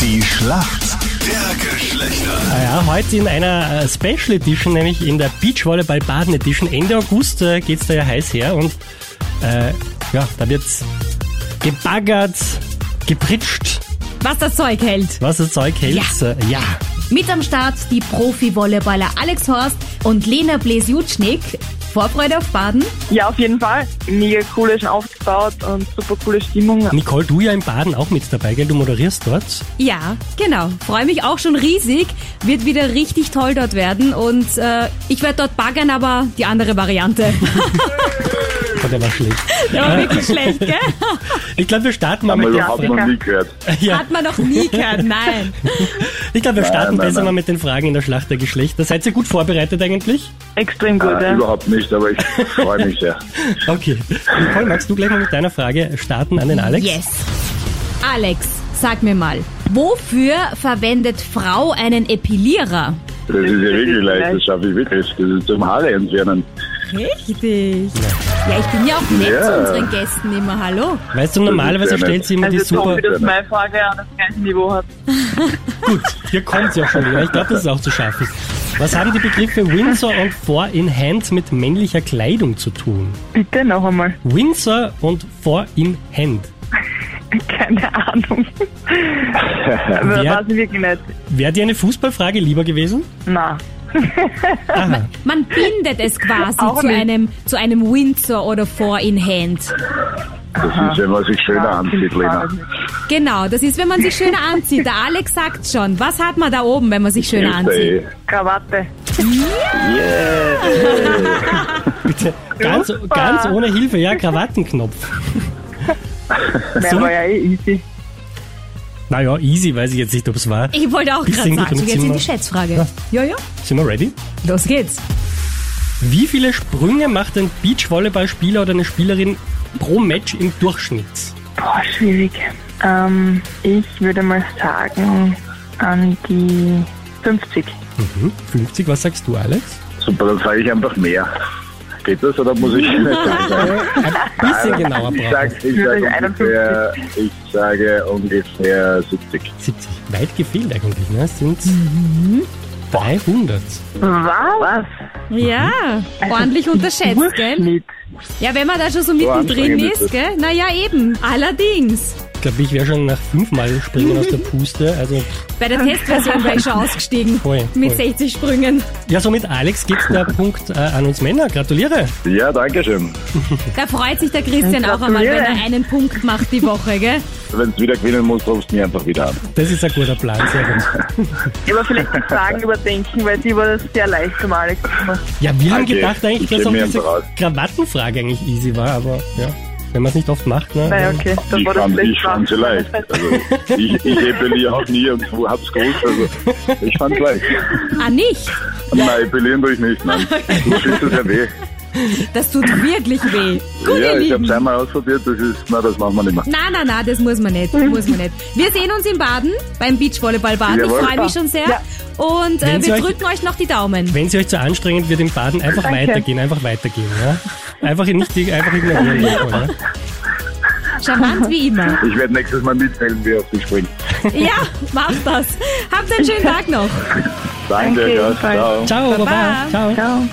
Die Schlacht der Geschlechter. Ja, heute in einer äh, Special Edition, nämlich in der Beachvolleyball Baden Edition. Ende August äh, geht's da ja heiß her und äh, ja, da wird's gebaggert, gepritscht, was das Zeug hält. was das Zeug hält. Ja. Äh, ja. Mit am Start die Profi-Volleyballer Alex Horst und Lena Blesiutschnik. Vorfreude auf Baden. Ja, auf jeden Fall. Mega cool ist schon aufgebaut und super coole Stimmung. Nicole, du ja in Baden auch mit dabei, gell? Du moderierst dort. Ja, genau. Freue mich auch schon riesig. Wird wieder richtig toll dort werden. Und äh, ich werde dort baggern, aber die andere Variante. Oh, der war schlecht. Der war wirklich schlecht, gell? Ich glaube, wir starten mal Haben wir mit, überhaupt noch nie gehört. ja, Hat man noch nie gehört, nein. ich glaube, wir starten Nein, nein, besser nein. mal mit den Fragen in der Schlacht der Geschlechter. Seid ihr gut vorbereitet eigentlich? Extrem gut, Äh, ja. überhaupt nicht, aber ich freue mich sehr. Okay. Nicole, magst du gleich mal mit deiner Frage starten an den Alex? Yes. Alex, sag mir mal, wofür verwendet Frau einen Epilierer? Das ist ja wirklich leicht, das schaffe ich wirklich. Das ist zum Haare entfernen. Richtig. Ja, ich bin ja auch nett zu Ja. unseren Gästen immer. Hallo. Weißt du, normalerweise Das ist ja stellt sie immer die Also jetzt super... hoffe ich, dass meine Frage auch das gleiche Niveau hat. Gut, hier kommt's ja schon wieder. Ich glaube, das ist auch zu schaffen. Was haben die Begriffe Windsor und Four in Hand mit männlicher Kleidung zu tun? Bitte noch einmal. Windsor und Four in Hand. Keine Ahnung. Aber Wer- weiß ich wirklich nicht. Wäre dir eine Fußballfrage lieber gewesen? Nein. Man bindet es quasi Auch zu nicht. einem, zu einem Windsor oder Four in Hand. Das ist ja, was sich schöner anzieht, Lena. Genau, das ist, wenn man sich schöner anzieht. Der Alex sagt schon, was hat man da oben, wenn man sich schöner Ist anzieht? eh- Krawatte. Bitte. Ganz, ganz ohne Hilfe, ja, Krawattenknopf. Nein, So? war ja eh easy. Naja, easy, weiß ich jetzt nicht, ob es war. Ich wollte auch Ich gerade singe sagen, im jetzt in Zimmer. die Schätzfrage. Ja, ja, Sind wir ready? los geht's. Wie viele Sprünge macht ein Beachvolleyballspieler oder eine Spielerin pro Match im Durchschnitt? Boah, schwierig. Ähm, ich würde mal sagen, an die 50. Mhm, 50, was sagst du, Alex? Super, dann sage ich einfach mehr. Geht das oder muss ich nicht sagen? Ein bisschen genauer Äh, Ich brauchen. sage ich sag ungefähr, ich sage ungefähr 70. 70. Weit gefehlt eigentlich, ne? Es sind Mhm. 300. Was? Ja, Also, ordentlich unterschätzt, gell? Nicht. Ja, wenn man da schon so mittendrin anstrengend ist ist, es. gell? Naja, eben, allerdings. Ich glaube, ich wäre schon nach fünfmal springen aus der Mhm. Puste. Also, Bei der Testversion wäre ich schon ausgestiegen. Voll, Mit voll. 60 Sprüngen. ja, somit, Alex, geht der Punkt äh, an uns Männer. Gratuliere. Ja, danke schön. Da freut sich der Christian auch einmal, wenn Gratuliere. er einen Punkt macht die Woche, gell? Wenn es wieder gewinnen muss, rufst du mir einfach wieder an. Das ist ein guter Plan. Sehr gut. Aber vielleicht die Fragen überdenken, weil die war das sehr leicht zum Alex. Ja, wir haben Okay, gedacht eigentlich, ich dass geb auch mir diese einen raus. Krawattenfrage eigentlich easy war, aber ja, wenn man es nicht oft macht, ne? Naja, okay. Dann Ich war das fand, ich vielleicht fand sie leicht. Also, ich, ich epiliere auch nie und hab's gewusst. Also, ich fand's leicht. Ah, nicht? Nein, epilieren tue ich nicht. Nein. Du fühlst es ja weh. Das tut wirklich weh. Gut, ja, ihr ich Lieben. hab's einmal ausprobiert. Das ist, na, das machen wir nicht mehr. Na, na, na, das muss man nicht, das muss man nicht. Wir sehen uns in Baden, beim Beachvolleyball Baden. Ich Jawohl. freue mich schon sehr. Ja. Und äh, Wenn's wir euch- drücken euch noch die Daumen. Wenn es euch zu anstrengend wird im Baden, einfach Danke. weitergehen, einfach weitergehen, ja? Einfach nicht einfach ignorieren. Nicole, ja? Charmant wie immer. Ich werde nächstes Mal mitzählen, wie auf dich springt. Ja, macht das. Habt einen schönen Tag noch. Danke, Danke, ja, ebenfalls. ciao. Ciao, baba. Baba. Ciao. Ciao.